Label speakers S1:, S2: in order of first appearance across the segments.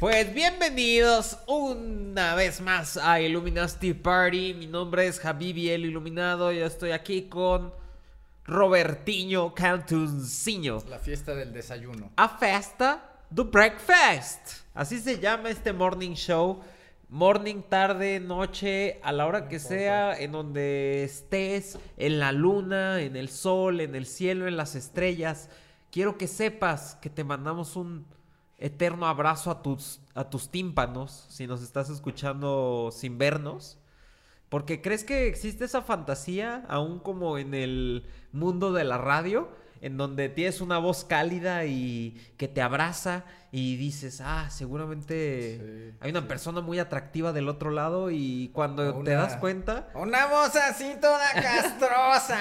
S1: pues bienvenidos una vez más a Illuminati Party. Mi nombre es Javi el Iluminado. Yo estoy aquí con Robertinho Cantuncino.
S2: La fiesta del desayuno.
S1: A festa do breakfast. Así se llama este morning show. Morning, tarde, noche, a la hora que sea, en donde estés, en la luna, en el sol, en el cielo, en las estrellas. Quiero que sepas que te mandamos un eterno abrazo a tus, a tus tímpanos, si nos estás escuchando sin vernos. Porque crees que existe esa fantasía, aún como en el mundo de la radio, en donde tienes una voz cálida y que te abraza y dices, ah, seguramente
S2: Sí,
S1: hay una persona muy atractiva del otro lado y cuando
S2: Una-
S1: te das cuenta...
S2: Una voz así toda castrosa.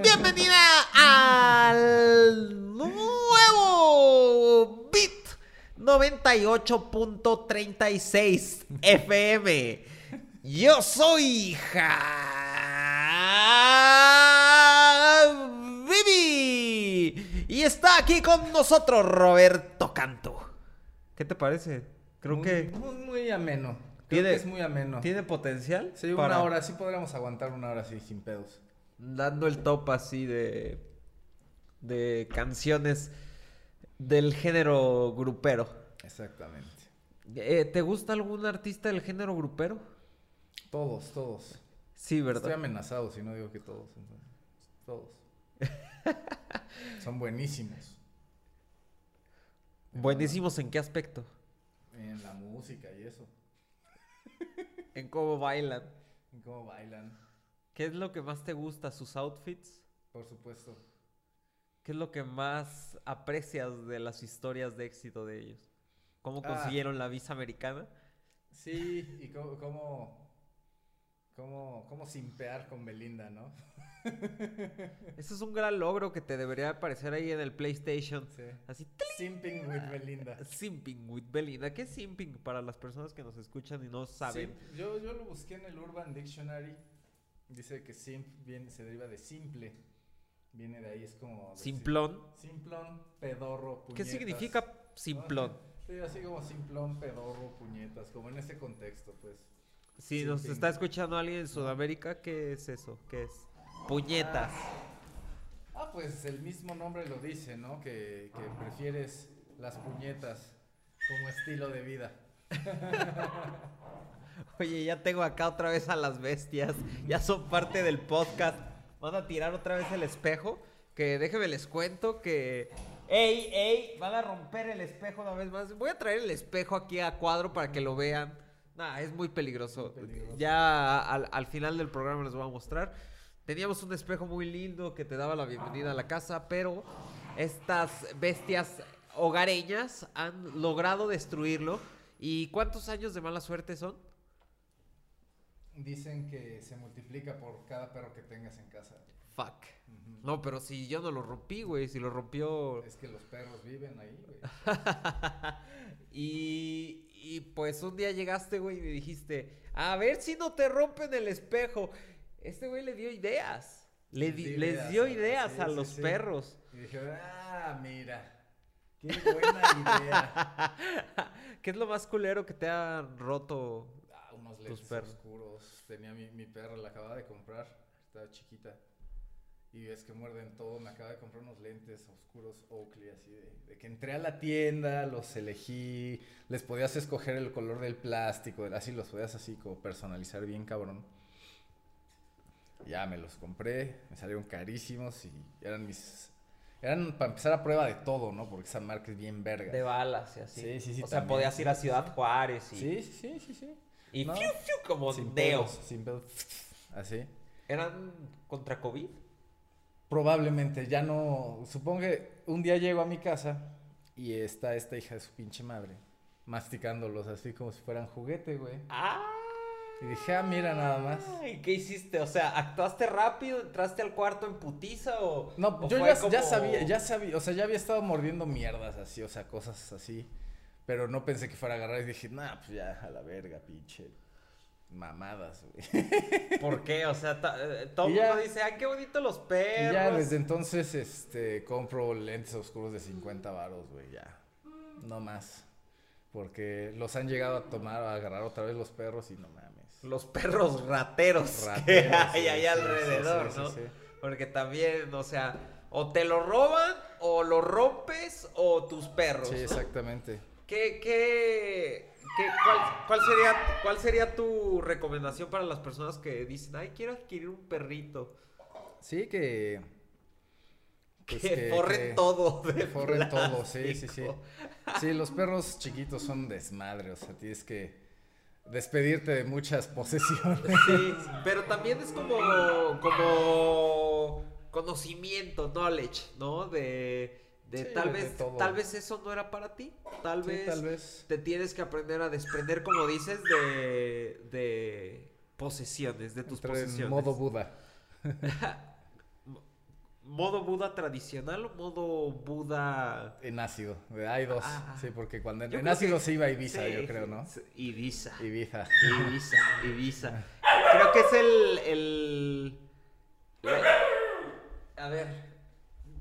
S1: Bienvenida al nuevo Bit 98.36 FM. Yo soy Vivi y está aquí con nosotros Roberto Canto. ¿Qué te parece? Creo
S2: Muy-
S1: que
S2: Muy, muy ameno. Creo
S1: Tiene-
S2: que es muy ameno.
S1: tiene potencial.
S2: Sí, una
S1: para-
S2: hora. Sí podríamos aguantar una hora así sin pedos.
S1: dando el top así de de canciones del género grupero.
S2: Exactamente.
S1: Eh, ¿Te gusta algún artista del género grupero?
S2: Todos, todos.
S1: Sí,
S2: Estoy
S1: ¿verdad?
S2: amenazado si no digo que todos. entonces, Todos. Son buenísimos.
S1: Buenísimos en qué aspecto?
S2: En la música y eso.
S1: En cómo bailan.
S2: En cómo bailan.
S1: ¿Qué es lo que más te gusta? ¿Sus outfits?
S2: Por supuesto.
S1: ¿Qué es lo que más aprecias de las historias de éxito de ellos? ¿Cómo
S2: Ah.
S1: consiguieron la visa americana?
S2: Sí, y cómo, cómo, cómo, cómo simpear con Belinda, ¿no?
S1: Ese es un gran logro que te debería aparecer ahí en el PlayStation.
S2: Sí.
S1: Así,
S2: Simping
S1: Ah,
S2: with Belinda.
S1: Simping with Belinda. ¿Qué es simping para las personas que nos escuchan y no saben?
S2: Simp, yo, yo lo busqué en el Urban Dictionary. Dice que simp viene, se deriva de simple. Viene de ahí, es como. decir-
S1: Simplón.
S2: Simplón,
S1: ¿Qué
S2: pedorro, pues puñetas.
S1: significa simplón?
S2: Sí, así como simplón, pedorro, puñetas. Como en ese contexto, pues.
S1: Si nos
S2: Simping.
S1: está escuchando alguien en Sudamérica, ¿qué es eso? ¿Qué es? Puñetas.
S2: Ah, pues el mismo nombre lo dice, ¿no? Que, que
S1: Ah.
S2: prefieres las puñetas como estilo de vida.
S1: Oye, ya tengo acá otra vez a las bestias. Ya son parte del podcast. Van a tirar otra vez el espejo. Que déjenme les cuento que. ¡Ey, ey! Van a romper el espejo una vez más. Voy a traer el espejo aquí a cuadro para que lo vean. Nah, es muy peligroso.
S2: Muy peligroso.
S1: Ya al, al final del programa les voy a mostrar. Teníamos un espejo muy lindo que te daba la bienvenida a la casa, pero estas bestias hogareñas han logrado destruirlo. ¿Y cuántos años de mala suerte son?
S2: Dicen que se multiplica por cada perro que tengas en casa.
S1: Fuck.
S2: Ujú.
S1: No, pero si yo no lo rompí, güey, si lo rompió...
S2: Es que los perros viven ahí, güey.
S1: y, y pues un día llegaste, güey, y me dijiste, a ver si no te rompen el espejo. Este güey le dio ideas. Le
S2: Les
S1: di-
S2: di
S1: les
S2: ideas,
S1: dio
S2: ah,
S1: ideas
S2: sí,
S1: a
S2: sí,
S1: los
S2: sí.
S1: perros.
S2: Y dije, ah, mira, qué buena idea.
S1: ¿Qué es lo más culero que te han roto?
S2: Ah, unos lentes
S1: perros.
S2: oscuros. Tenía mi, mi perra, la acababa de comprar, estaba chiquita. Y es que muerden todo, me acaba de comprar unos lentes oscuros Oakley, así de, de que entré a la tienda, los elegí, les podías escoger el color del plástico, así los podías así como personalizar bien cabrón. Ya me los compré, me salieron carísimos y eran mis... Eran para empezar a prueba de todo, ¿no? Porque esa marca es bien verga.
S1: De balas y así.
S2: Sí, sí, sí,
S1: O sea,
S2: también.
S1: podías ir a Ciudad Juárez y...
S2: Sí, sí, sí, sí, sí.
S1: Y
S2: No.
S1: fiu, fiu, como Neo.
S2: Sin pedos, sin pedos. Así.
S1: ¿Eran contra COVID?
S2: Probablemente, ya no. Supongo que un día llego a mi casa y está esta hija de su pinche madre masticándolos así como si fueran juguete, güey.
S1: ¡Ah!
S2: Y dije, ah, mira nada más.
S1: Ay, ¿qué hiciste? O sea, ¿actuaste rápido? ¿Entraste al cuarto en putiza o.?
S2: No,
S1: o
S2: yo
S1: fue
S2: ya, ya
S1: como-
S2: sabía, ya sabía, o sea, ya había estado mordiendo mierdas así, o sea, cosas así. Pero no pensé que fuera a agarrar y dije, nah, pues ya, a la verga, pinche. Mamadas, güey.
S1: ¿Por qué? O sea, ta- eh, todo el
S2: Y ya-
S1: mundo dice, ay, qué bonito los
S2: Y
S1: perros.
S2: ya desde entonces este compro lentes oscuros de 50 varos, güey, ya. No más. Porque los han llegado a tomar, a agarrar otra vez los perros y no mames.
S1: Los perros rateros, que
S2: Rateros,
S1: hay
S2: sí,
S1: ahí
S2: sí,
S1: alrededor,
S2: sí, sí,
S1: ¿no?
S2: sí, sí.
S1: Porque también, o sea, o te lo roban, o lo rompes, o tus perros.
S2: Sí,
S1: ¿no?
S2: exactamente.
S1: ¿Qué, qué, qué- cuál, cuál sería, cuál sería tu recomendación para las personas que dicen, ay, quiero adquirir un perrito?
S2: Sí, que. pues
S1: que, forren
S2: que-
S1: todo.
S2: Que
S1: de
S2: forren todo, sí, sí, sí.
S1: plástico.
S2: Sí, los perros chiquitos son desmadre, o sea, tienes que despedirte de muchas posesiones.
S1: Sí, pero también es como, como conocimiento, knowledge, ¿no? De, de
S2: Sí,
S1: tal
S2: de
S1: vez,
S2: todo.
S1: tal vez eso no era para ti, tal,
S2: Sí,
S1: vez,
S2: tal vez.
S1: te tienes que aprender a desprender, como dices, de, de posesiones, de tus
S2: Entrar en
S1: posesiones.
S2: modo Buda.
S1: ¿Modo Buda tradicional o modo Buda
S2: En ácido. Hay dos.
S1: Ah.
S2: sí, porque cuando en,
S1: Yo
S2: en
S1: creo
S2: ácido
S1: que-
S2: se iba a Ibiza,
S1: Sí,
S2: yo creo, ¿no?
S1: sí, Ibiza.
S2: Ibiza.
S1: Ibiza, Ibiza. Creo que es el. el... la- A ver,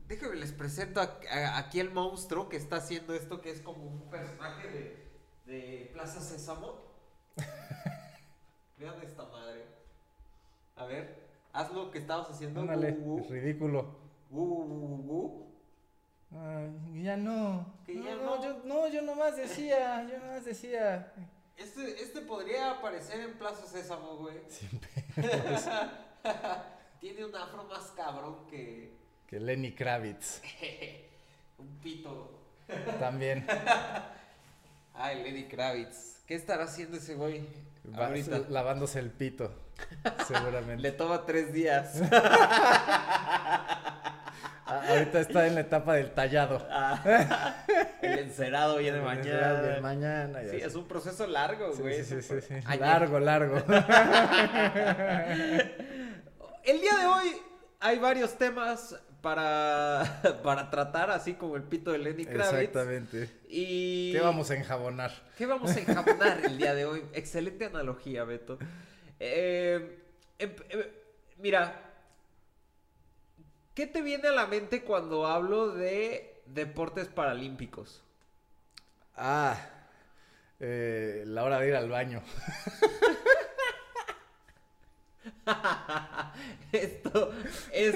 S1: déjenme les presento a- a- aquí el monstruo que está haciendo esto, que es como un personaje de, de Plaza Sésamo. Vean esta madre. A ver, haz lo que estabas haciendo.
S2: Ándale,
S1: Wu,
S2: es ridículo.
S1: wu, wu, wu, wu, wu.
S2: Ay, Ah, ya no.
S1: Que ya no.
S2: Yo, no, yo nomás decía, yo nomás decía.
S1: Este, este podría aparecer en Plaza Sésamo, güey. Tiene un afro más cabrón que
S2: Que Lenny Kravitz
S1: un pito.
S2: también.
S1: Ay, Lenny Kravitz. ¿Qué estará haciendo ese güey
S2: Va-
S1: ahorita?
S2: lavándose el pito. Seguramente.
S1: Le toma tres días.
S2: A- Ah, ahorita está en la etapa del tallado.
S1: El encerado viene
S2: Bien
S1: Ah, mañana.
S2: mañana. ya
S1: Sí,
S2: sé.
S1: es un proceso largo,
S2: Sí,
S1: güey.
S2: sí, sí,
S1: Es un
S2: sí,
S1: pro-
S2: sí.
S1: Ayer-
S2: Largo, largo.
S1: El día de hoy hay varios temas para, para tratar, así como el pito de Lenny Kravitz.
S2: Exactamente.
S1: Y...
S2: ¿Qué vamos a enjabonar?
S1: ¿Qué vamos a enjabonar el día de hoy? Excelente analogía, Beto. Eh, em- em- mira, ¿qué te viene a la mente cuando hablo de deportes paralímpicos?
S2: Ah, eh, la hora de ir al baño.
S1: Esto es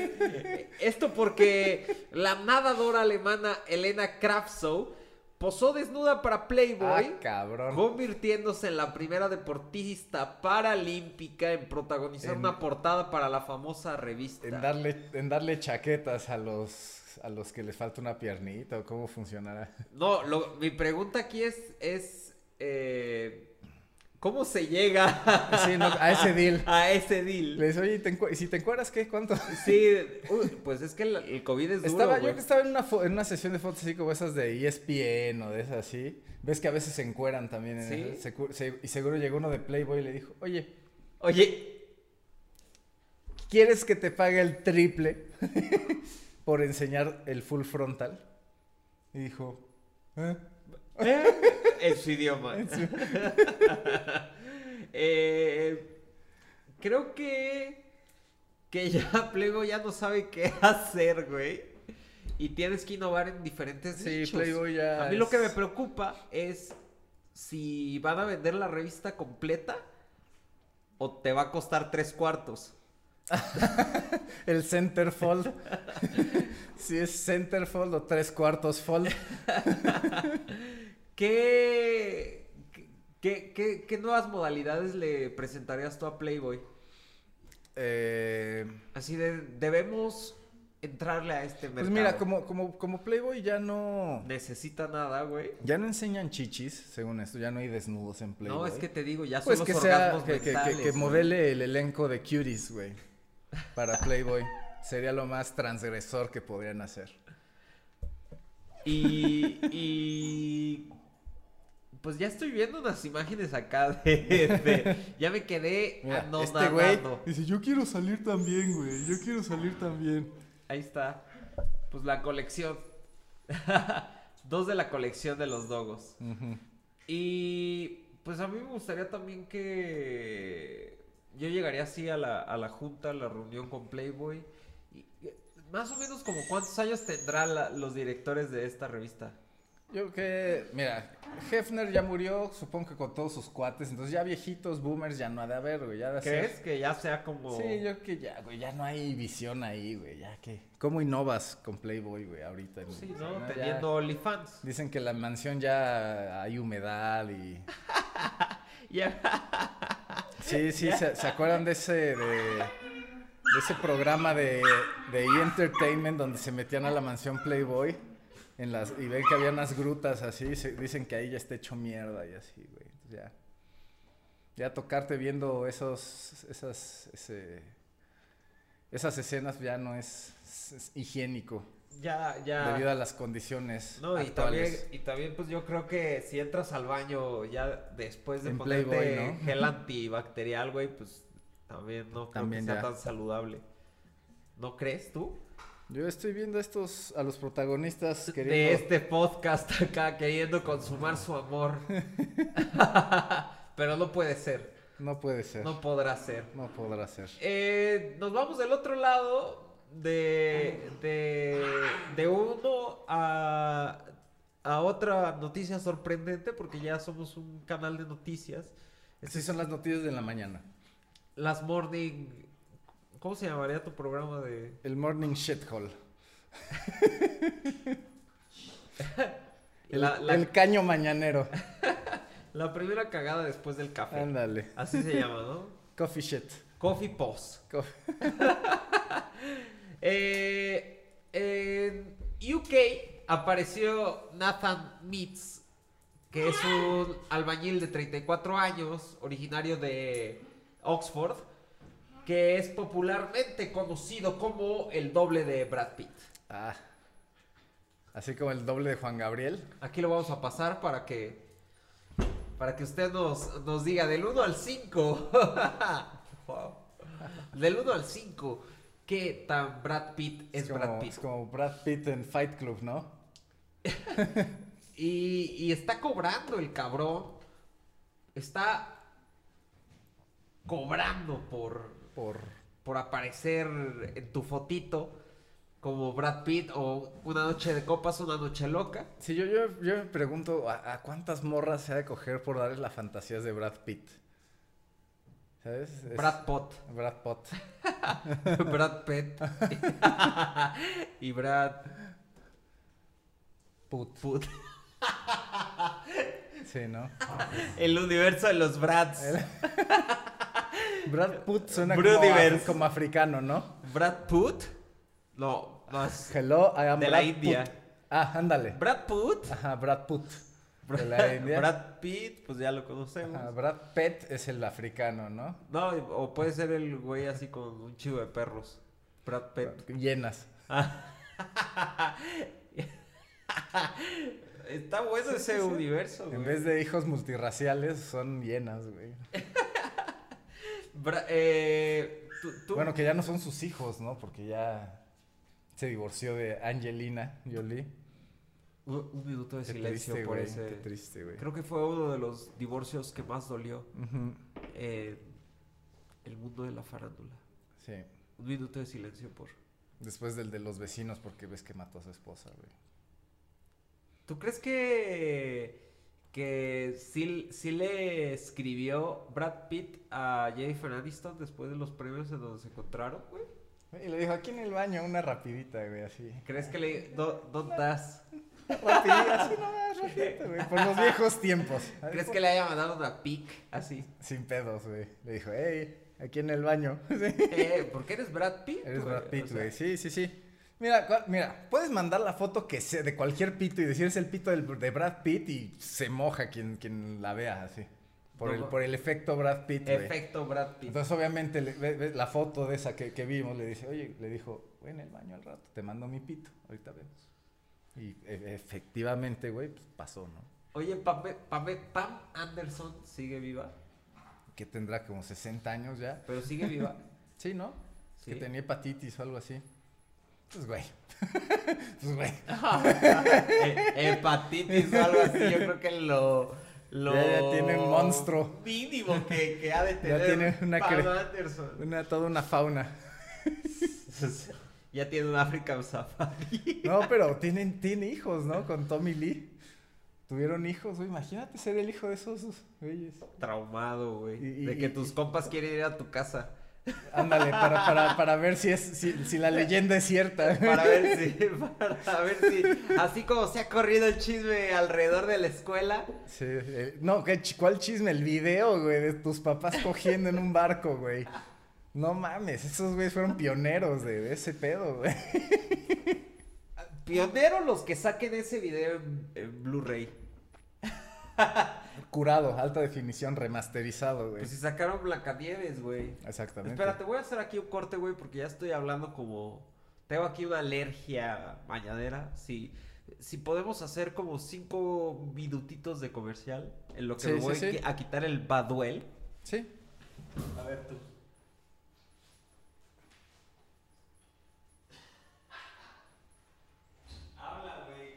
S1: esto porque la nadadora alemana Elena Kravtsov posó desnuda para
S2: Ah,
S1: Playboy.
S2: cabrón.
S1: convirtiéndose en la primera deportista paralímpica en protagonizar
S2: En-
S1: una portada para la famosa revista.
S2: En darle, en darle chaquetas a los, a los que les falta una piernita o cómo funcionará.
S1: No, lo- mi pregunta aquí es, es eh, ¿cómo se llega
S2: Sí, no, a ese deal.
S1: a ese deal?
S2: Le dice, oye, ¿y te encu- ¿y si te encueras qué? ¿Cuánto?
S1: Sí, uy, pues es que el, el COVID es duro,
S2: Estaba, yo
S1: güey.
S2: que estaba en una, fo- en una sesión de fotos así como esas de E ESPN o de esas así. Ves que a veces se encueran también. en
S1: Sí.
S2: esas, se cu- se- y seguro llegó uno de Playboy y le dijo, oye,
S1: Oye,
S2: ¿quieres que te pague el triple por enseñar el full frontal? Y dijo, "Ah".
S1: ¿Eh? en su idioma. Eh, creo que, que ya Playboy ya no sabe qué hacer, güey. Y tienes que innovar en diferentes
S2: Sí,
S1: nichos.
S2: Playboy ya
S1: A mí lo que me
S2: es-
S1: preocupa es si van a vender la revista completa o te va a costar tres cuartos.
S2: el centerfold. si es centerfold o tres cuartos fold.
S1: ¿Qué, qué, qué- qué nuevas modalidades le presentarías tú a Playboy?
S2: Eh,
S1: Así de, debemos entrarle a este mercado.
S2: pues mira, como, como, como Playboy ya no...
S1: Necesita nada, güey.
S2: Ya no enseñan chichis, según esto, ya no hay desnudos en Playboy.
S1: No, es que te digo, ya son
S2: Pues
S1: los
S2: que sea,
S1: orgasmos
S2: que, que- que-
S1: mentales,
S2: que
S1: güey.
S2: modele el elenco de cuties, güey, para Playboy. Sería lo más transgresor que podrían hacer.
S1: Y, y pues ya estoy viendo unas imágenes acá de, de- ya me quedé
S2: Mira, este
S1: anonadado.
S2: güey dice, yo quiero salir también, güey, yo quiero salir también.
S1: Ahí está. Pues la colección. Dos de la colección de los dogos.
S2: Ujú.
S1: Y pues a mí me gustaría también que yo llegaría así a la, a la junta, a la reunión con Playboy. eh, Y, y más o menos como cuántos años tendrán los directores de esta revista.
S2: Yo creo que, mira, Hefner ya murió, supongo que con todos sus cuates, entonces ya viejitos, boomers, ya no ha de haber, güey, ya de hacer-
S1: ¿Crees que ya sea como...
S2: Sí, yo creo que ya, güey, ya no hay visión ahí, güey, ya que... ¿Cómo innovas con Playboy, güey, ahorita? en-
S1: Sí, ¿no?
S2: Ya-
S1: Teniendo OnlyFans.
S2: Dicen que la mansión ya hay humedad y...
S1: Ya.
S2: Sí, sí, ¿se, se acuerdan de ese, de, de ese programa de, de E! Entertainment donde se metían a la mansión Playboy en las, y ven que había unas grutas así? se- dicen que ahí ya está hecho mierda y así, güey. Entonces, ya, ya tocarte viendo esos, esas, ese- esas escenas ya no es, es- es higiénico
S1: Ya, ya.
S2: debido a las condiciones
S1: No, y también,
S2: actuales.
S1: y también, pues yo creo que si entras al baño ya después de
S2: En
S1: ponerte
S2: Playboy, ¿no?
S1: gel antibacterial, güey, pues también no creo
S2: También
S1: que sea
S2: ya.
S1: tan saludable. ¿No crees tú?
S2: Yo estoy viendo estos a los protagonistas
S1: De
S2: queriendo
S1: este podcast acá queriendo consumar su amor. Pero no puede ser,
S2: no puede ser.
S1: no podrá ser.
S2: No podrá ser.
S1: Eh, nos vamos del otro lado de, de, de uno a, a otra noticia sorprendente porque ya somos un canal de noticias.
S2: Sí, son las noticias de la mañana.
S1: Las morning... ¿Cómo se llamaría tu programa de...?
S2: El morning shithole. El,
S1: La, la-
S2: el caño mañanero.
S1: la primera cagada después del café.
S2: Ándale.
S1: Así se llama, ¿no?
S2: Coffee shit.
S1: Coffee Pause.
S2: Co-
S1: Eh, en UK apareció Nathan Meets, que es un albañil de 34 años, originario de Oxford, que es popularmente conocido como el doble de Brad Pitt.
S2: Ah. Así como el doble de Juan Gabriel.
S1: Aquí lo vamos a pasar para que para que usted nos, nos diga del 1 al 5. Wow. Del 1 al 5, ¿qué tan Brad Pitt es,
S2: como,
S1: Brad Pitt?
S2: es como Brad Pitt en Fight Club, ¿no?
S1: Y, y está cobrando el cabrón. Está cobrando por,
S2: Por.
S1: por aparecer en tu fotito como Brad Pitt o una noche de copas, una noche loca.
S2: Sí, yo, yo, yo me pregunto ¿a, a cuántas morras se ha de coger por darles las fantasías de Brad Pitt. ¿Sabes? Es-
S1: Brad Pot,
S2: Brad Pitt.
S1: Brad Pitt y Brad Put, Put.
S2: Sí, ¿no?
S1: El universo de los Brads.
S2: Brad Pitt suena como,
S1: Brudiverse.
S2: af- como africano, ¿no?
S1: Brad Put. No, no es
S2: Hello, I am
S1: de
S2: Brad
S1: la India.
S2: Pitt. Ah, ándale.
S1: Brad Put.
S2: Ajá, Brad Pitt. De la India. Brad...
S1: Brad Pitt, pues ya lo conocemos.
S2: Brad Pitt es el africano, ¿no?
S1: No, y- o puede ser el güey así con un chivo de perros. Brad Pitt.
S2: Llenas.
S1: Está bueno ese universo, güey.
S2: En vez de hijos multirraciales, son llenas, güey.
S1: Bra- eh, tú- tú-
S2: Bueno, que ya no son sus hijos, ¿no? Porque ya se divorció de Angelina Jolie.
S1: un, un minuto de
S2: Qué
S1: silencio
S2: triste,
S1: por
S2: güey.
S1: ese.
S2: Qué triste, güey.
S1: Creo que fue uno de los divorcios que más dolió
S2: Ujú.
S1: en el mundo de la farándula.
S2: Sí.
S1: Un minuto de silencio por.
S2: Después del de los vecinos, porque ves que mató a su esposa, güey.
S1: ¿Tú crees que que sí, sí le escribió Brad Pitt a Jennifer Aniston después de los premios en donde se encontraron, güey?
S2: Y le dijo, aquí en el baño, una rapidita, güey, así.
S1: ¿Crees que le do, don't das?
S2: Rapidita, así nomás, rapidita, güey. Por los viejos tiempos.
S1: ¿Crees que le haya mandado una pic así?
S2: Sin pedos, güey. Le dijo, hey, aquí en el baño. Sí.
S1: Eh, ¿Por qué eres Brad Pitt?
S2: Eres
S1: güey?
S2: Brad Pitt,
S1: Pues, O sea,
S2: güey. Sí, sí, sí. Mira, cua- mira, puedes mandar la foto que sea de cualquier pito y decir es el pito del- de Brad Pitt y se moja quien, quien la vea así. Por,
S1: No,
S2: el,
S1: no.
S2: por el efecto Brad Pitt, güey.
S1: efecto Brad Pitt.
S2: Entonces, obviamente, le- ve- ve la foto de esa que, que vimos le dice, oye, le dijo, güey, en el baño al rato, te mando mi pito, ahorita vemos. Y e- efectivamente, güey, pues pasó, ¿no?
S1: Oye, Pam, Pam- Pam Anderson sigue viva,
S2: Que tendrá como 60 años ya.
S1: pero sigue viva.
S2: Sí, ¿no?
S1: Sí.
S2: Que tenía hepatitis o algo así. Pues, güey. pues, güey.
S1: Eh, hepatitis o algo así, yo creo que lo. lo
S2: Ya- ya tiene un monstruo.
S1: Mínimo que, que ha de tener.
S2: tiene una
S1: Pam
S2: cre-
S1: Anderson.
S2: Una, toda una fauna.
S1: Ya tiene un African Safari.
S2: No, pero tienen, tiene hijos, ¿no? Con Tommy Lee. Tuvieron hijos, güey. Imagínate ser el hijo de esos güeyes.
S1: Traumado, güey.
S2: Y- y-
S1: De que
S2: y-
S1: tus
S2: y-
S1: compas quieren ir a tu casa.
S2: Ándale, para, para, para ver si, es, si, si la leyenda es cierta.
S1: Para ver si, para ver si, así como se ha corrido el chisme alrededor de la escuela,
S2: Sí, eh, no, ¿qué chi- ¿cuál chisme? El video, güey, de tus papás cogiendo en un barco, güey. No mames, esos güeyes fueron pioneros de, de ese pedo, güey.
S1: pionero los que saquen ese video en, en Blu-ray.
S2: Curado, alta definición, remasterizado, güey.
S1: Pues si sacaron Blancanieves, güey.
S2: Exactamente.
S1: Espérate, voy a hacer aquí un corte, güey, porque ya estoy hablando como. Tengo aquí una alergia mañanera. Si, si podemos hacer como cinco minutitos de comercial en lo que
S2: Sí,
S1: me
S2: sí,
S1: voy
S2: sí.
S1: qui- a quitar el baduel.
S2: Sí.
S1: A ver tú. Habla, güey.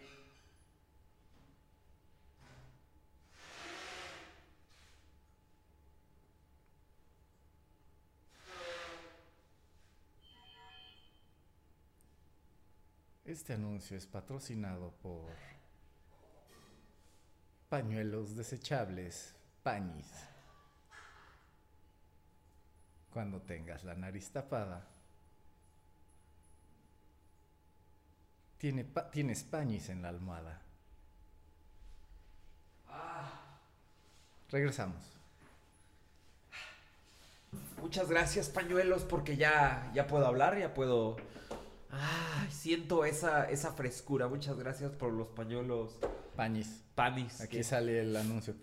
S2: Este anuncio es patrocinado por pañuelos desechables, pañis. Cuando tengas la nariz tapada, tiene pa- tienes pañis en la almohada. Regresamos.
S1: Muchas gracias, pañuelos, porque ya, ya puedo hablar, ya puedo. Ay, siento esa, esa frescura. Muchas gracias por los pañuelos
S2: Pañis.
S1: panis.
S2: Aquí
S1: que-
S2: sale el anuncio.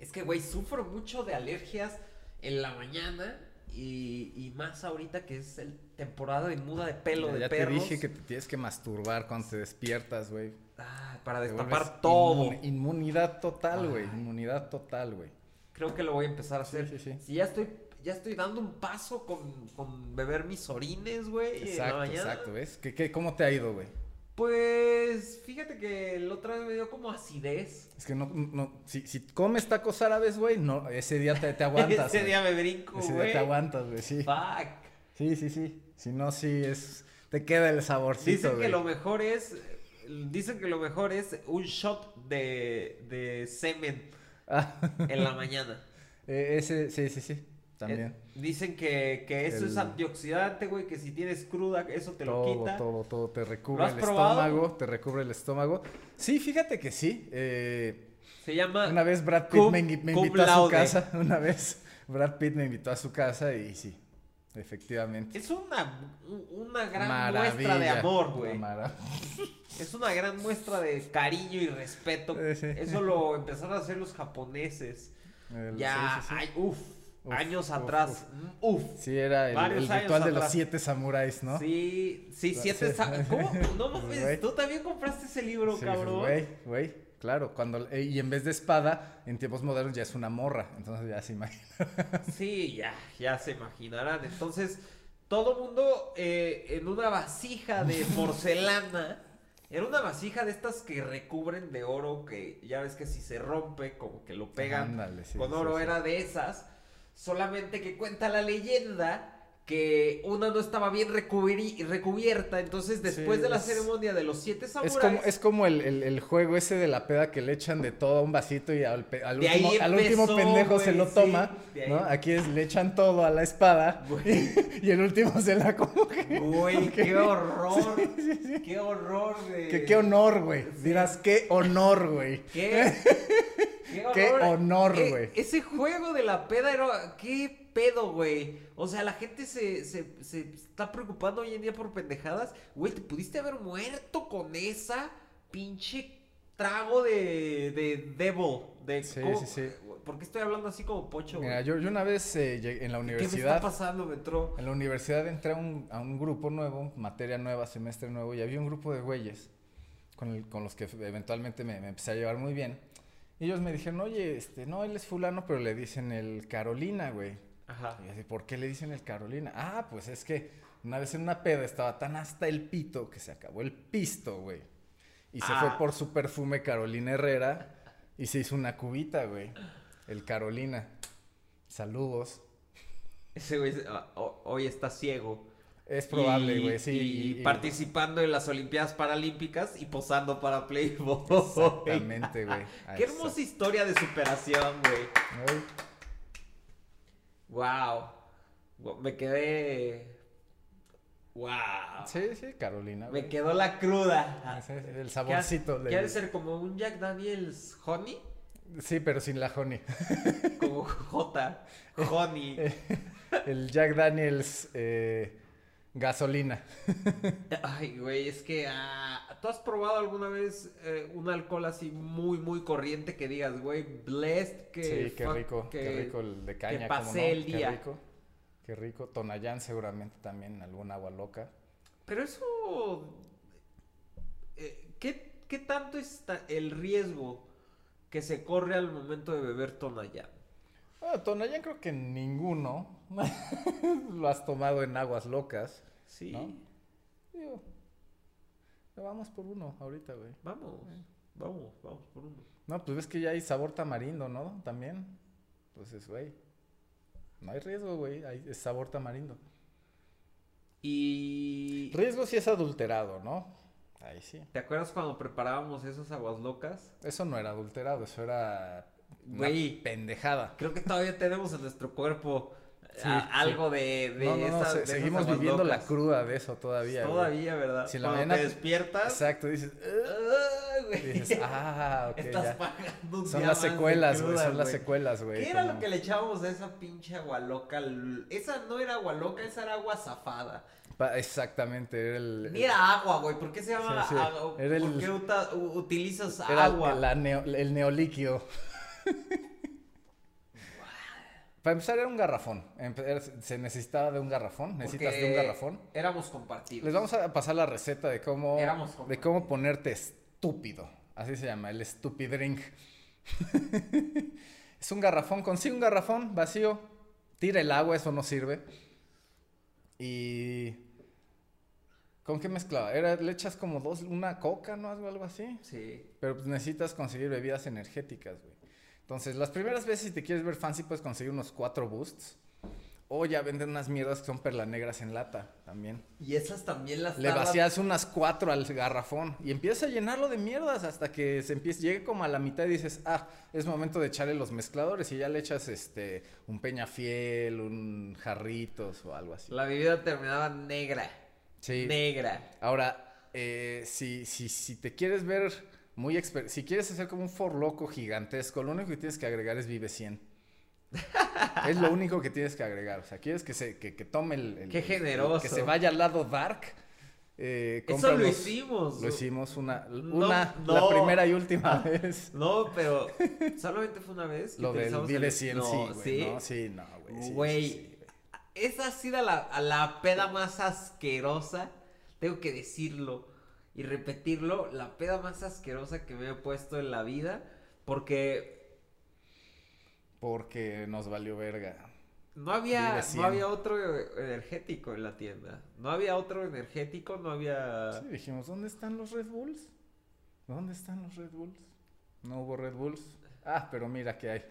S1: Es que, güey, sufro mucho de alergias en la mañana y, y más ahorita que es el temporada de muda de pelo de
S2: ya te
S1: perros.
S2: dije que te tienes que masturbar cuando te despiertas, güey.
S1: Ah, para
S2: Te
S1: destapar
S2: vuelves
S1: todo.
S2: inmune- inmunidad total, güey.
S1: Ay.
S2: Inmunidad total, güey.
S1: Creo que lo voy a empezar a
S2: Sí,
S1: hacer.
S2: sí, sí.
S1: Si ya estoy, ya estoy dando un paso con, con beber mis orines, güey. en la
S2: Exacto,
S1: mañana.
S2: exacto, ¿ves? ¿Qué, qué, ¿Cómo te ha ido, güey?
S1: Pues fíjate que el otro vez me dio como acidez.
S2: Es que no, no, si, si comes tacos árabes, güey, no, ese día te, te aguantas.
S1: Ese
S2: güey.
S1: día me brinco,
S2: Ese
S1: güey.
S2: día te aguantas, güey, sí.
S1: Fuck.
S2: Sí, sí, sí. Si no, sí, es, te queda el saborcito,
S1: Dicen que
S2: güey.
S1: lo mejor es. Dicen que lo mejor es un shot de, de semen
S2: Ah,
S1: en la mañana.
S2: eh, ese, sí, sí, sí, también.
S1: Eh, dicen que, que eso es
S2: El-
S1: antioxidante, güey, que si tienes cruda, eso te
S2: todo,
S1: lo quita.
S2: todo, todo, te
S1: ¿Lo
S2: recubre
S1: has
S2: el
S1: probado?
S2: estómago, te recubre el estómago. Sí, fíjate que sí, eh...
S1: Se llama.
S2: Una vez Brad Pitt
S1: Cum-
S2: me, invi- me
S1: cum
S2: invitó a su
S1: laude.
S2: casa. Una vez Brad Pitt me invitó a su casa y sí, efectivamente.
S1: Es una, un- una gran muestra de amor, güey.
S2: Mara-
S1: Es una gran muestra de cariño y respeto.
S2: Eh, sí.
S1: Eso lo empezaron a hacer los japoneses.
S2: el-
S1: ya,
S2: sí, sí, sí.
S1: ay, uf,
S2: Uf,
S1: años
S2: uf,
S1: atrás. Uf.
S2: Sí, era el,
S1: varios
S2: el
S1: años
S2: ritual de los
S1: atrás.
S2: siete samuráis, ¿no?
S1: Sí, sí,
S2: No,
S1: siete.
S2: sí.
S1: sa- ¿Cómo? No
S2: Pues,
S1: mames,
S2: güey.
S1: tú también compraste ese libro,
S2: Sí,
S1: cabrón.
S2: Güey, güey, claro. Cuando, eh, y en vez de espada, en tiempos modernos ya es una morra. Entonces ya se imagina.
S1: Sí, ya, ya se imaginarán. Entonces, todo mundo eh, en una vasija de porcelana. Era una vasija de estas que recubren de oro, que ya ves que si se rompe, como que lo pegan
S2: Ándale, sí,
S1: con
S2: sí,
S1: oro,
S2: sí.
S1: era de esas. Solamente que cuenta la leyenda que una no estaba bien recubri- recubierta. Entonces, después de la
S2: es-
S1: ceremonia de los siete
S2: Es como,
S1: samuráis.
S2: es como el, el- el juego ese de la peda que le echan de todo a un vasito y al, pe- al
S1: De ahí
S2: último, al último
S1: empezó,
S2: pendejo se
S1: güey,
S2: lo
S1: sí,
S2: toma,
S1: de ahí.
S2: ¿no? Aquí es, le echan todo a la espada
S1: Güey.
S2: y el último se la coge.
S1: Güey, qué horror. Qué horror de.
S2: Que qué honor, güey.
S1: Sí.
S2: Dirás, qué honor, güey.
S1: Qué, qué
S2: Qué honor,
S1: Eh,
S2: güey.
S1: ese juego de la peda era. Qué pedo, güey. O sea, la gente se, se, se está preocupando hoy en día por pendejadas. Güey, te pudiste haber muerto con esa pinche trago de. de Devil. De,
S2: Sí,
S1: ¿cómo-
S2: sí, sí.
S1: ¿Por qué estoy hablando así como pocho,
S2: Mira,
S1: güey?
S2: yo, yo una vez eh, llegué- en la
S1: ¿Qué me está
S2: universidad,
S1: pasando? Me entró.
S2: en la universidad entré a un, a un grupo nuevo, materia nueva, semestre nuevo, y había un grupo de güeyes con, el- con los que eventualmente me, me empecé a llevar muy bien. Y ellos me dijeron, oye, este, no, él es fulano, pero le dicen el Carolina, güey.
S1: Ajá.
S2: Y así, ¿por qué le dicen el Carolina? Ah, pues es que una vez en una peda estaba tan hasta el pito que se acabó el pisto, güey. Y se
S1: Ah.
S2: fue por su perfume Carolina Herrera y se hizo una cubita, güey. El Carolina. Saludos.
S1: Ese güey se- ah, ho- hoy está ciego.
S2: Es probable,
S1: Y-
S2: güey, sí. pues
S1: Y, participando en las Olimpiadas Paralímpicas y posando para Playboy.
S2: Exactamente, güey.
S1: Qué hermosa historia de superación, güey.
S2: Exacto.
S1: Wow. Me quedé. Wow.
S2: Sí, sí, Carolina.
S1: Me
S2: güey.
S1: quedó la cruda.
S2: Ese es El
S1: ¿Qué ha-
S2: saborcito.
S1: qué ha de
S2: del-
S1: ser como un Jack Daniels Honey?
S2: Sí, pero sin la honey.
S1: Como J. Honey.
S2: Eh, El Jack Daniels eh, gasolina.
S1: Ay, güey, es que. ah, ¿Tú has probado alguna vez eh, un alcohol así muy, muy corriente que digas, güey, blessed? Que
S2: sí, qué
S1: fuck,
S2: rico.
S1: que-
S2: Qué rico el de caña. cómo
S1: pasé
S2: no,
S1: el día.
S2: Qué rico. Qué rico. Tonayán seguramente también, alguna agua loca.
S1: Pero eso. eh, ¿qué, qué tanto es ta- el riesgo que se corre al momento de beber Tonayán?
S2: Ah, Tonayán creo que ninguno lo has tomado en aguas locas.
S1: Sí,
S2: ¿No? Digo, vamos por uno ahorita, güey.
S1: vamos, vamos, vamos por uno.
S2: No, pues ves que ya hay sabor tamarindo, ¿no? También. Entonces, güey. No hay riesgo, güey. Hay es sabor tamarindo.
S1: Y.
S2: Riesgo si es adulterado, ¿no? Ahí sí.
S1: ¿Te acuerdas cuando preparábamos esas aguas locas?
S2: Eso no era adulterado, eso era una
S1: Güey.
S2: pendejada.
S1: Creo que todavía tenemos en nuestro cuerpo
S2: Sí,
S1: a-
S2: sí.
S1: algo de, de
S2: no, no, no,
S1: esas-
S2: se-
S1: de esas
S2: seguimos
S1: aguas
S2: viviendo la
S1: locas.
S2: cruda de eso todavía. güey.
S1: Todavía, ¿verdad?
S2: Si la
S1: Cuando
S2: mañana-
S1: te despiertas.
S2: Exacto, dices. "Ugh",
S1: ¡ah,
S2: y
S1: güey!
S2: dices, ah, ok.
S1: Estás
S2: ya.
S1: pagando un
S2: Son
S1: día
S2: las
S1: más de
S2: secuelas, güey.
S1: cruda,
S2: Son las secuelas, güey.
S1: ¿Qué era
S2: como-
S1: lo que le echábamos a esa pinche agua loca? L- Esa no era agua loca, esa era agua zafada.
S2: Pa- Exactamente, era el.
S1: Ni era agua, güey. ¿Por qué se llama
S2: Sí, sí.
S1: agua?
S2: Era
S1: ¿Por
S2: el-
S1: qué uta- u- utilizas
S2: Era
S1: agua?
S2: la neo- el neoliquio. Para empezar era un garrafón. Empe- era- Se necesitaba de un garrafón. Necesitas de un
S1: Porque
S2: garrafón.
S1: Éramos compartidos.
S2: Les vamos a pasar la receta de cómo,
S1: Éramos compas.
S2: de cómo ponerte estúpido. Así se llama, el stupidrink. es un garrafón. Consigue un garrafón vacío. Tira el agua, eso no sirve. Y... ¿Con qué mezclaba? Era, le echas como dos, una coca, ¿no? Algo algo así.
S1: Sí.
S2: Pero pues, necesitas conseguir bebidas energéticas, güey. Entonces, las primeras veces, si te quieres ver fancy, puedes conseguir unos cuatro boosts. O ya venden unas mierdas que son perla negras en lata también.
S1: Y esas también las
S2: Le
S1: tardas-
S2: vacías unas cuatro al garrafón y empiezas a llenarlo de mierdas hasta que se empieza, llegue como a la mitad y dices, ah, es momento de echarle los mezcladores y ya le echas este un peñafiel, un jarritos o algo así.
S1: La bebida terminaba negra.
S2: Sí.
S1: Negra.
S2: Ahora, eh, si, si, si te quieres ver muy exper si quieres hacer como un forloco gigantesco, lo único que tienes que agregar es Vive 100. es lo único que tienes que agregar. O sea, quieres que se que, que tome el, el-
S1: Qué
S2: el-
S1: generoso.
S2: que se vaya al lado dark. eh,
S1: Eso
S2: compra
S1: lo
S2: los-
S1: hicimos.
S2: Lo hicimos una,
S1: No,
S2: una
S1: no.
S2: la primera y última vez.
S1: No, pero solamente fue una vez. que
S2: Lo del
S1: utilizamos el- No,
S2: Vive 100, sí, güey.
S1: sí.
S2: No, sí, no, güey. sí, sí,
S1: Güey.
S2: sí, güey.
S1: Esa ha sido la, a la peda más asquerosa, tengo que decirlo y repetirlo, la peda más asquerosa que me he puesto en la vida, porque
S2: Porque nos valió verga.
S1: no había,
S2: Vive
S1: no
S2: 100.
S1: había otro energético en la tienda, no había otro energético, no había...
S2: Sí, dijimos, ¿dónde están los Red Bulls? ¿Dónde están los Red Bulls? No hubo Red Bulls. Ah, pero mira que hay.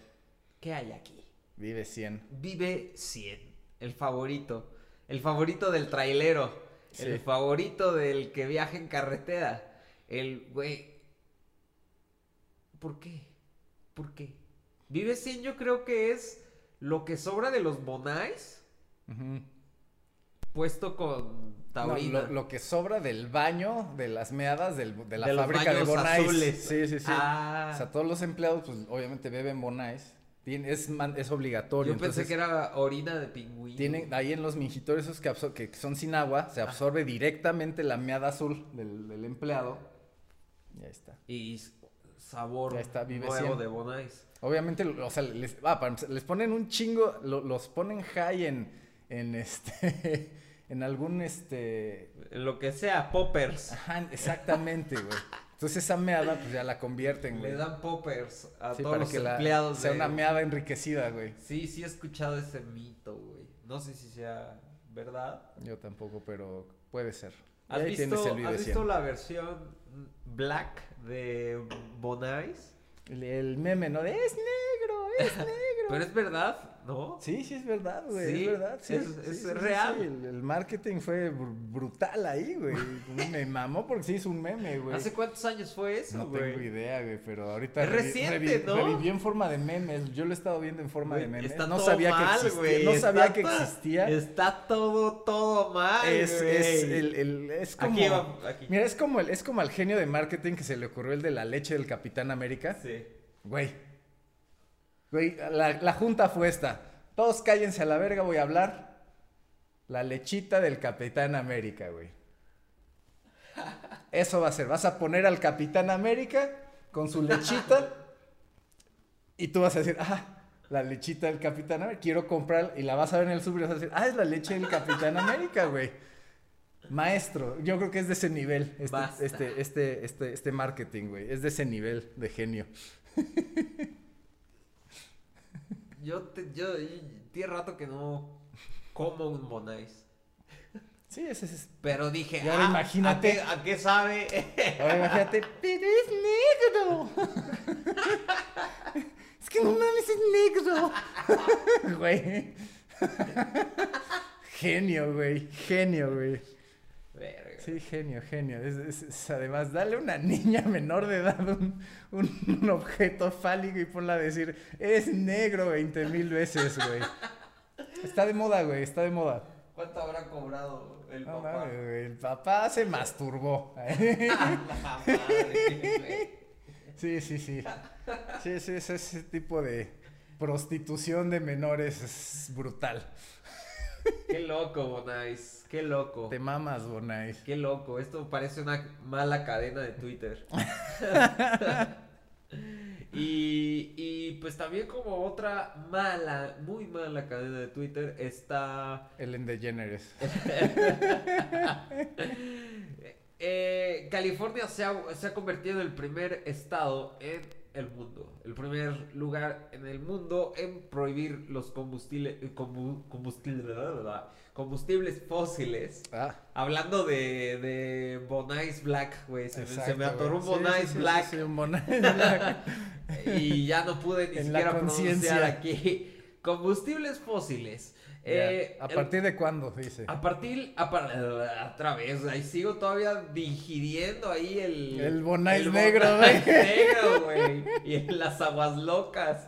S1: ¿Qué hay aquí?
S2: Vive 100.
S1: Vive 100, el favorito, el favorito del trailero, el
S2: Sí.
S1: favorito del que viaja en carretera, el güey. ¿Por qué? ¿Por qué? Vive 100 yo creo que es lo que sobra de los Bonais
S2: Ujú.
S1: puesto con
S2: No,
S1: taurina.
S2: lo, lo que sobra del baño, de las meadas, del- de la
S1: De los
S2: fábrica de
S1: baños
S2: Bonais.
S1: azules.
S2: Sí, sí, sí.
S1: Ah,
S2: O sea, todos los empleados, pues obviamente beben Bonais. Tien- Es, man- es
S1: yo
S2: obligatorio.
S1: pensé
S2: entonces,
S1: que era orina de pingüino.
S2: Tienen ahí en los mingitores esos que, absor- que son sin agua,
S1: Ah.
S2: se absorbe directamente la meada azul del, del empleado. Ya está.
S1: Y s- sabor
S2: Ya está, Vive
S1: nuevo
S2: 100.
S1: de Bonais.
S2: Obviamente, o sea, les, ah, para empezar, les ponen un chingo, lo- los ponen high en, en este, en algún, este,
S1: Lo que sea, poppers.
S2: ajá, exactamente, güey. Entonces esa meada, pues ya la convierten, güey.
S1: Le dan poppers a
S2: Sí,
S1: todos
S2: para
S1: los
S2: que la-
S1: empleados.
S2: sea
S1: de-
S2: una meada enriquecida, güey.
S1: Sí, sí he escuchado ese mito, güey. No sé si sea verdad.
S2: Yo tampoco, pero puede ser. Y
S1: ¿Has
S2: ahí tienes
S1: visto,
S2: el
S1: has
S2: Vive
S1: visto
S2: 100.
S1: la versión black de Bonais?
S2: El, el meme, ¿no? De, es negro, es negro.
S1: Pero es verdad. ¿no?
S2: Sí, sí, es verdad, güey.
S1: Sí,
S2: es verdad. Sí,
S1: es-
S2: sí,
S1: es
S2: sí, sí,
S1: real.
S2: sí, El, el marketing fue br- brutal ahí, güey. Me mamó porque sí hizo un meme, güey.
S1: ¿Hace cuántos años fue eso,
S2: No
S1: güey?
S2: tengo idea, güey, pero ahorita.
S1: Es
S2: revi-
S1: reciente,
S2: revi-
S1: ¿no?
S2: Reviví en forma de memes. Yo lo he estado viendo en forma de
S1: Güey,
S2: memes.
S1: Está
S2: no
S1: todo
S2: sabía
S1: mal,
S2: que existía.
S1: güey.
S2: No
S1: Está
S2: sabía que
S1: ta-
S2: existía. Es,
S1: Está todo, todo mal,
S2: es,
S1: güey.
S2: el, el- es como.
S1: Aquí va, aquí.
S2: Mira, es como, el, es como al genio de marketing que se le ocurrió el de la leche del Capitán América.
S1: Sí.
S2: Güey. Güey, la, la junta fue esta. Todos cállense a la verga, voy a hablar. La lechita del Capitán América, güey. Eso va a ser. Vas a poner al Capitán América con su lechita. Y tú vas a decir, ah, la lechita del Capitán América. Quiero comprar. Y la vas a ver en el super y vas a decir, ah, es la leche del Capitán América, güey. Maestro, yo creo que es de ese nivel. este-
S1: Basta.
S2: este, este, este, este marketing, güey. Es de ese nivel de genio.
S1: Yo, te, yo, yo- tiene rato que no como un Bonais.
S2: Sí, ese es.
S1: Pero dije,
S2: Y ahora
S1: ah,
S2: imagínate.
S1: ¿a qué, a qué sabe?
S2: Ahora imagínate, pero es negro. es que no mames, es negro. güey. genio, güey. Genio, güey.
S1: Verga.
S2: Sí, genio, genio. Es, es- es- además, dale a una niña menor de edad un, un- un objeto fálico y ponla a decir, es negro 20 mil veces, güey. Está de moda, güey, está de moda.
S1: ¿Cuánto habrá cobrado el
S2: No
S1: papá?
S2: mames, güey, el papá se masturbó.
S1: La madre, güey.
S2: Sí, sí, sí. Sí, sí, es ese tipo de prostitución de menores es brutal.
S1: Qué loco, Bonais. Qué loco.
S2: Te mamas, Bonai.
S1: Qué loco. Esto parece una mala cadena de Twitter. y, y pues también como otra mala, muy mala cadena de Twitter está...
S2: Ellen DeGeneres.
S1: Eh, California se ha, se ha convertido en el primer estado en el mundo, el primer lugar en el mundo en prohibir los combustibles, combustibles, combustibles fósiles.
S2: Ah.
S1: Hablando de, de Bonais Black, güey, se, me- se
S2: exacto,
S1: me atoró un
S2: güey. Sí,
S1: Bonais
S2: sí, sí,
S1: Black
S2: sí, un Bon Ice Black.
S1: y ya no pude ni
S2: En la
S1: siquiera pronunciar
S2: conciencia.
S1: aquí. Combustibles fósiles. Eh,
S2: Ya, ¿A
S1: el-
S2: partir de cuándo? Dice.
S1: a partir, a par- eh, otra vez, ahí sigo todavía digiriendo ahí el...
S2: El Bonais
S1: el
S2: negro,
S1: Bonais
S2: güey.
S1: negro, güey. Y en las aguas locas.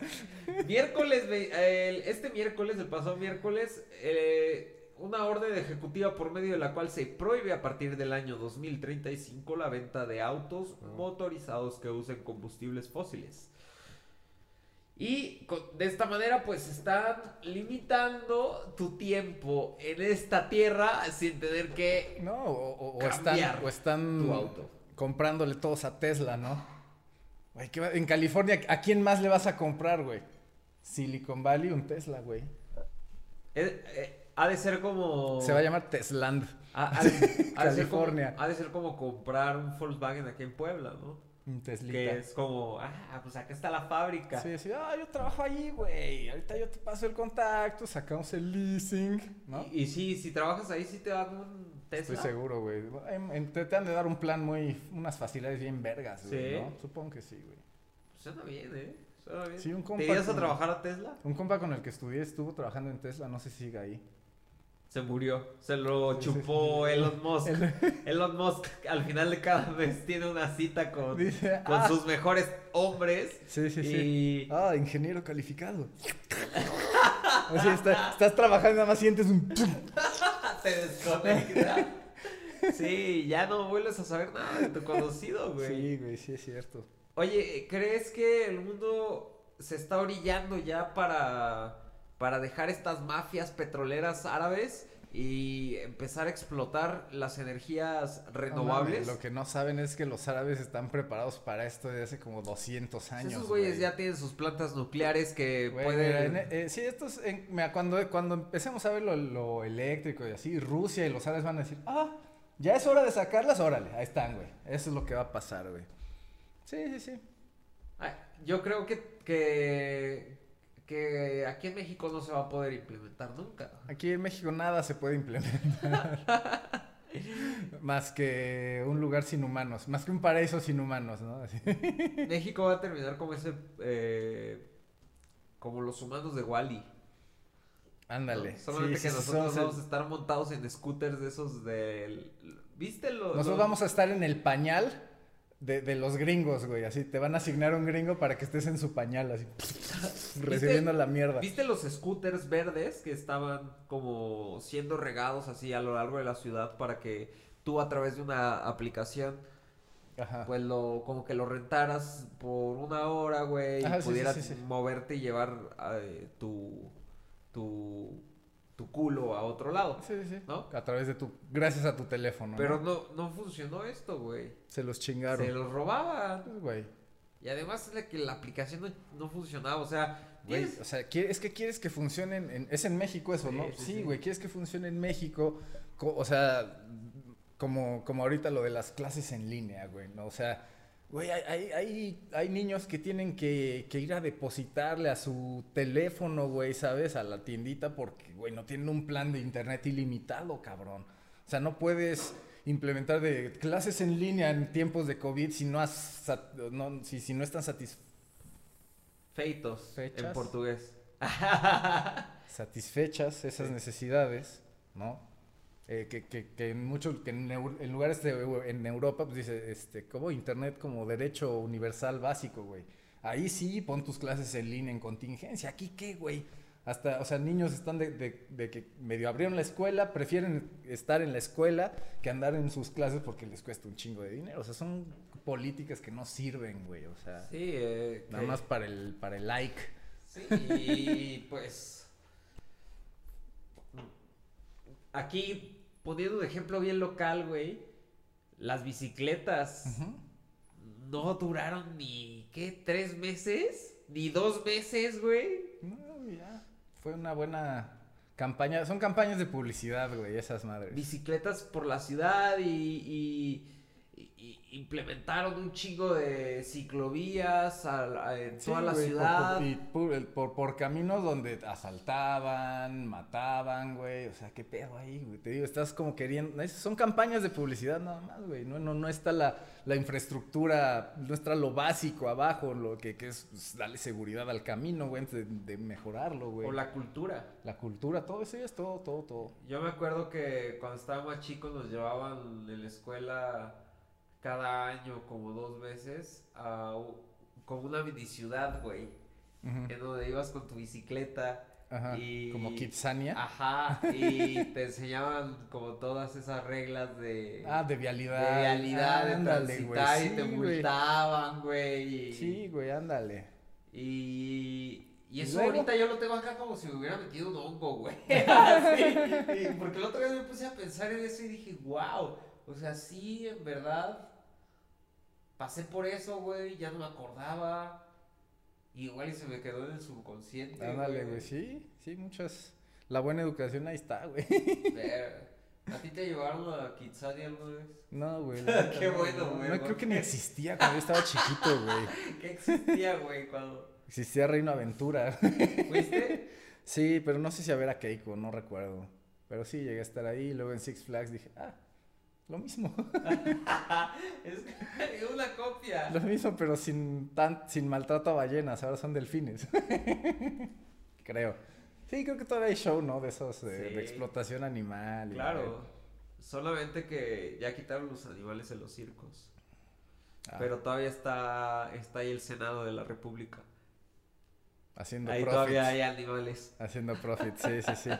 S1: Miércoles, ve- el- este miércoles, el pasado miércoles, eh, una orden ejecutiva por medio de la cual se prohíbe a partir del año 2035 la venta de autos
S2: Ah.
S1: motorizados que usen combustibles fósiles. Y con- de esta manera pues están limitando tu tiempo en esta tierra sin tener que...
S2: No, o, o- o
S1: Cambiar
S2: están, o están
S1: tu auto.
S2: comprándole todos a Tesla, ¿no? Güey, ¿qué va- En California, ¿a quién más le vas a comprar, güey? Silicon Valley, un Tesla, güey.
S1: eh, eh, ha de ser como...
S2: Se va a llamar Tesland.
S1: Ha- ha de- ha de ser como-
S2: California.
S1: ha de ser como comprar un Volkswagen aquí en Puebla, ¿no?
S2: Un Teslita.
S1: Que es como, ah, pues acá está la fábrica.
S2: Sí, sí, ah, yo trabajo ahí, güey. Ahorita yo te paso el contacto, sacamos el leasing, ¿no?
S1: Y, y sí, si trabajas ahí sí te dan un Tesla.
S2: Estoy seguro, güey. En- en- Te, te han de dar un plan muy. unas facilidades bien vergas, güey.
S1: Sí.
S2: ¿no? Supongo que sí, güey.
S1: Suena bien, ¿eh? Suena bien.
S2: Sí, un compa
S1: ¿Te ibas a
S2: con-
S1: trabajar a Tesla?
S2: Un compa con el que estudié estuvo trabajando en Tesla, no sé si siga ahí.
S1: Se murió. Se lo
S2: Sí, sí,
S1: chupó
S2: sí.
S1: Elon Musk. Elon Musk al final de cada mes tiene una cita con,
S2: Dice,
S1: con
S2: ah.
S1: sus mejores hombres.
S2: Sí, sí, sí.
S1: y...
S2: Ah, ingeniero calificado. O sea, está- estás trabajando y nada más sientes un. pum.
S1: "Ah, Te desconecta. sí, ya no vuelves a saber nada de tu conocido, güey.
S2: Sí, güey, sí es cierto.
S1: Oye, ¿crees que el mundo se está orillando ya para, para dejar estas mafias petroleras árabes y empezar a explotar las energías
S2: No mames,
S1: renovables?
S2: Lo que no saben es que los árabes están preparados para esto desde hace como 200
S1: O sea,
S2: años.
S1: Esos güeyes
S2: güey.
S1: ya tienen sus plantas nucleares que
S2: Güey, mira,
S1: pueden...
S2: en- eh, sí, esto es, en- mira, cuando, cuando empecemos a ver lo, lo eléctrico y así, Rusia y los árabes van a decir, ah, ya es hora de sacarlas, órale, ahí están, güey. Eso es lo que va a pasar, güey. Sí, sí, sí.
S1: Ay, Yo creo que, que, que aquí en México no se va a poder implementar nunca.
S2: Aquí en México nada se puede implementar. más que un lugar sin humanos, más que un paraíso sin humanos, ¿no? Así.
S1: México va a terminar como ese... eh, como los humanos de Wally.
S2: Ándale.
S1: Solamente
S2: Sí,
S1: que
S2: sí, sí,
S1: nosotros
S2: somos el-
S1: vamos a estar montados en scooters de esos del... ¿Viste lo-
S2: Nosotros
S1: lo-
S2: vamos a estar en el pañal de, de los gringos, güey. Así te van a asignar un gringo para que estés en su pañal, así. recibiendo la mierda.
S1: ¿Viste los scooters verdes que estaban como siendo regados así a lo largo de la ciudad para que tú a través de una aplicación
S2: Ajá.
S1: pues lo como que lo rentaras por una hora, güey,
S2: Ajá,
S1: y
S2: sí, sí,
S1: pudieras
S2: sí, sí.
S1: moverte y llevar eh, tu tu tu culo a otro lado?
S2: Sí, sí, sí.
S1: ¿No?
S2: A través de tu. Gracias a tu teléfono. ¿no?
S1: Pero no no funcionó esto, güey.
S2: Se los chingaron.
S1: Se los robaban.
S2: Pues, Güey.
S1: Y además es la que la aplicación no, no funcionaba, o sea,
S2: Güey,
S1: tienes-
S2: o sea, quiere- es que quieres que funcione en, en- Es en México eso,
S1: Sí,
S2: ¿no?
S1: sí,
S2: Sí,
S1: sí.
S2: güey, quieres que funcione en México. co- o sea, como, como ahorita lo de las clases en línea, güey, ¿no? O sea, güey, hay, hay, hay, hay niños que tienen que, que ir a depositarle a su teléfono, güey, ¿sabes? A la tiendita porque, güey, no tienen un plan de internet ilimitado, cabrón. O sea, no puedes implementar de clases en línea en tiempos de COVID si no, has, sat- no, si, si no están satis-
S1: feitos en
S2: Fechas.
S1: portugués.
S2: satisfechas esas
S1: Sí.
S2: necesidades, ¿no? Eh, que, que, que en muchos, que en, Eu- en lugares de Eu- en Europa, pues dice, este, como internet como derecho universal básico, güey. Ahí sí, pon tus clases en línea en contingencia. Aquí qué, güey. Hasta, o sea, niños están de, de- de que medio abrieron la escuela, prefieren estar en la escuela que andar en sus clases porque les cuesta un chingo de dinero. O sea, son políticas que no sirven, güey. O sea,
S1: Sí, eh,
S2: nada
S1: que-
S2: más para el, para el like.
S1: Sí, y pues. Aquí, poniendo un ejemplo bien local, güey. Las bicicletas
S2: Ujú.
S1: no duraron ni, ¿qué? ¿Tres meses? ¿Ni dos meses, güey?
S2: No, ya. Fue una buena campaña. Son campañas de publicidad, güey, esas madres.
S1: Bicicletas por la ciudad y, y- y- y implementaron un chingo de ciclovías a- a- en
S2: Sí,
S1: toda la
S2: güey, por-
S1: ciudad.
S2: por- y por, el- por- por caminos donde asaltaban, mataban, güey. O sea, qué pedo ahí, güey. Te digo, estás como queriendo. es- son campañas de publicidad nada más, güey. No, no, no está la, la infraestructura, no está lo básico abajo, lo que, que es pues, darle seguridad al camino, güey, antes de, de mejorarlo, güey.
S1: o la cultura.
S2: La cultura, todo eso ya es todo, todo, todo.
S1: Yo me acuerdo que cuando estaba más chico nos llevaban en la escuela cada año como dos veces a u- como una mini ciudad, güey,
S2: Ujú.
S1: en donde ibas con tu bicicleta.
S2: Ajá.
S1: y-
S2: Como Kitsania.
S1: Ajá, y te enseñaban como todas esas reglas de,
S2: Ah,
S1: de
S2: de vialidad.
S1: realidad, de
S2: Ándale, güey,
S1: transitar y
S2: sí,
S1: te
S2: güey.
S1: multaban, güey. y-
S2: Sí, güey, ándale.
S1: y, y
S2: ¿Y
S1: eso
S2: luego?
S1: ahorita yo lo tengo acá como si me hubiera metido un hongo, güey. Así, y porque la otra vez me puse a pensar en eso y dije, wow. O sea, sí, en verdad. Pasé por eso, güey. Ya no me acordaba. Y igual y se me quedó en el subconsciente.
S2: Ándale, güey, sí, sí, muchas. La buena educación ahí está, güey.
S1: Ver, ¿A ti te llevaron a Kitsani alguna vez?
S2: No, güey. la neta,
S1: Qué
S2: no,
S1: bueno,
S2: no,
S1: güey,
S2: No, creo que
S1: porque-
S2: ni existía cuando yo estaba chiquito, güey.
S1: ¿Qué existía, güey? Cuando
S2: Existía Reino Aventura.
S1: fuiste.
S2: Sí, pero no sé si a ver a Keiko, no recuerdo. Pero sí, llegué a estar ahí. y Luego en Six Flags dije, ah, lo mismo.
S1: es una copia.
S2: Lo mismo, pero sin, tan, sin maltrato a ballenas. Ahora son delfines. creo. Sí, creo que todavía hay show, ¿no? De esos de,
S1: Sí.
S2: de explotación animal. y la
S1: Claro, solamente que ya quitaron los animales en los circos.
S2: Ah.
S1: Pero todavía está, está ahí el Senado de la República.
S2: Haciendo
S1: Ahí
S2: profits.
S1: todavía hay animales.
S2: Haciendo profit, sí, sí, sí.
S1: ¡Un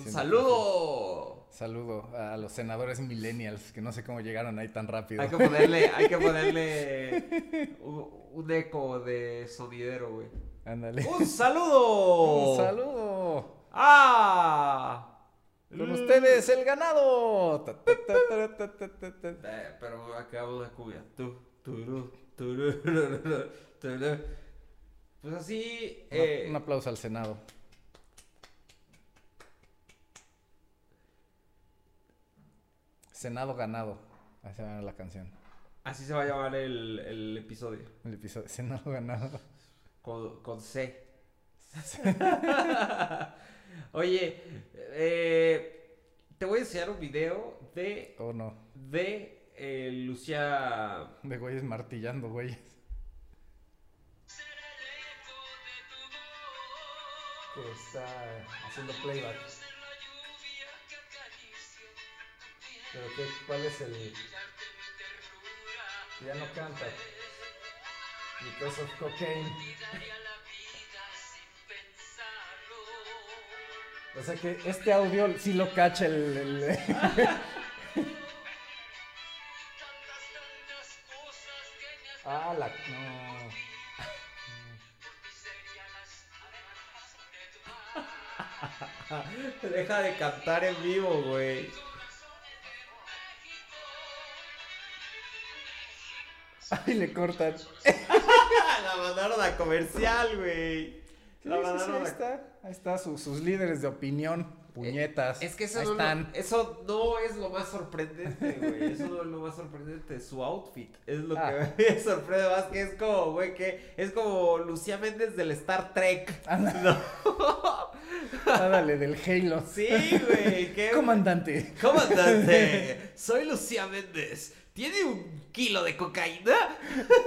S2: Haciendo
S1: saludo!
S2: Saludo a los senadores millennials, que no sé cómo llegaron ahí tan rápido.
S1: Hay que ponerle, hay que ponerle un, un eco de sonidero, güey.
S2: Ándale.
S1: ¡Un saludo!
S2: Un saludo.
S1: ¡Ah!
S2: Con
S1: Mm.
S2: ustedes, el ganado. Ta, ta, ta, ta, ta, ta, ta, ta.
S1: Eh, pero acabamos la cumbia. Tu, turú, turú, turú, turú. Pues así. eh,
S2: Un aplauso al Senado. Senado ganado. Ahí se va la canción.
S1: Así se va a llamar el, el episodio.
S2: El episodio. Senado ganado.
S1: Con, con C. Oye, eh, te voy a enseñar un video de,
S2: Oh no.
S1: de eh, Lucía.
S2: De güeyes martillando, güey. que está haciendo playback. Pero qué, ¿cuál es el...? Que ya no canta. Because of cocaine. O sea que este audio sí lo cacha el... el- ah, la... No.
S1: Deja de cantar en vivo, güey.
S2: Ay, le cortan.
S1: Ah, La mandaron a comercial, güey.
S2: Sí, sí, sí, ahí está. Ahí está su- sus líderes de opinión. Puñetas.
S1: Es que eso
S2: ahí
S1: no,
S2: están.
S1: Lo, eso no es lo más sorprendente, güey. Eso no es lo más sorprendente. Su outfit es lo
S2: Ah.
S1: que me sorprende más. Que es como, güey, que es como Lucía Méndez del Star Trek.
S2: Ah.
S1: No.
S2: Ándale, Ah, del Halo.
S1: Sí, güey. qué-
S2: Comandante.
S1: Comandante, soy Lucía Méndez. ¿Tiene un kilo de cocaína?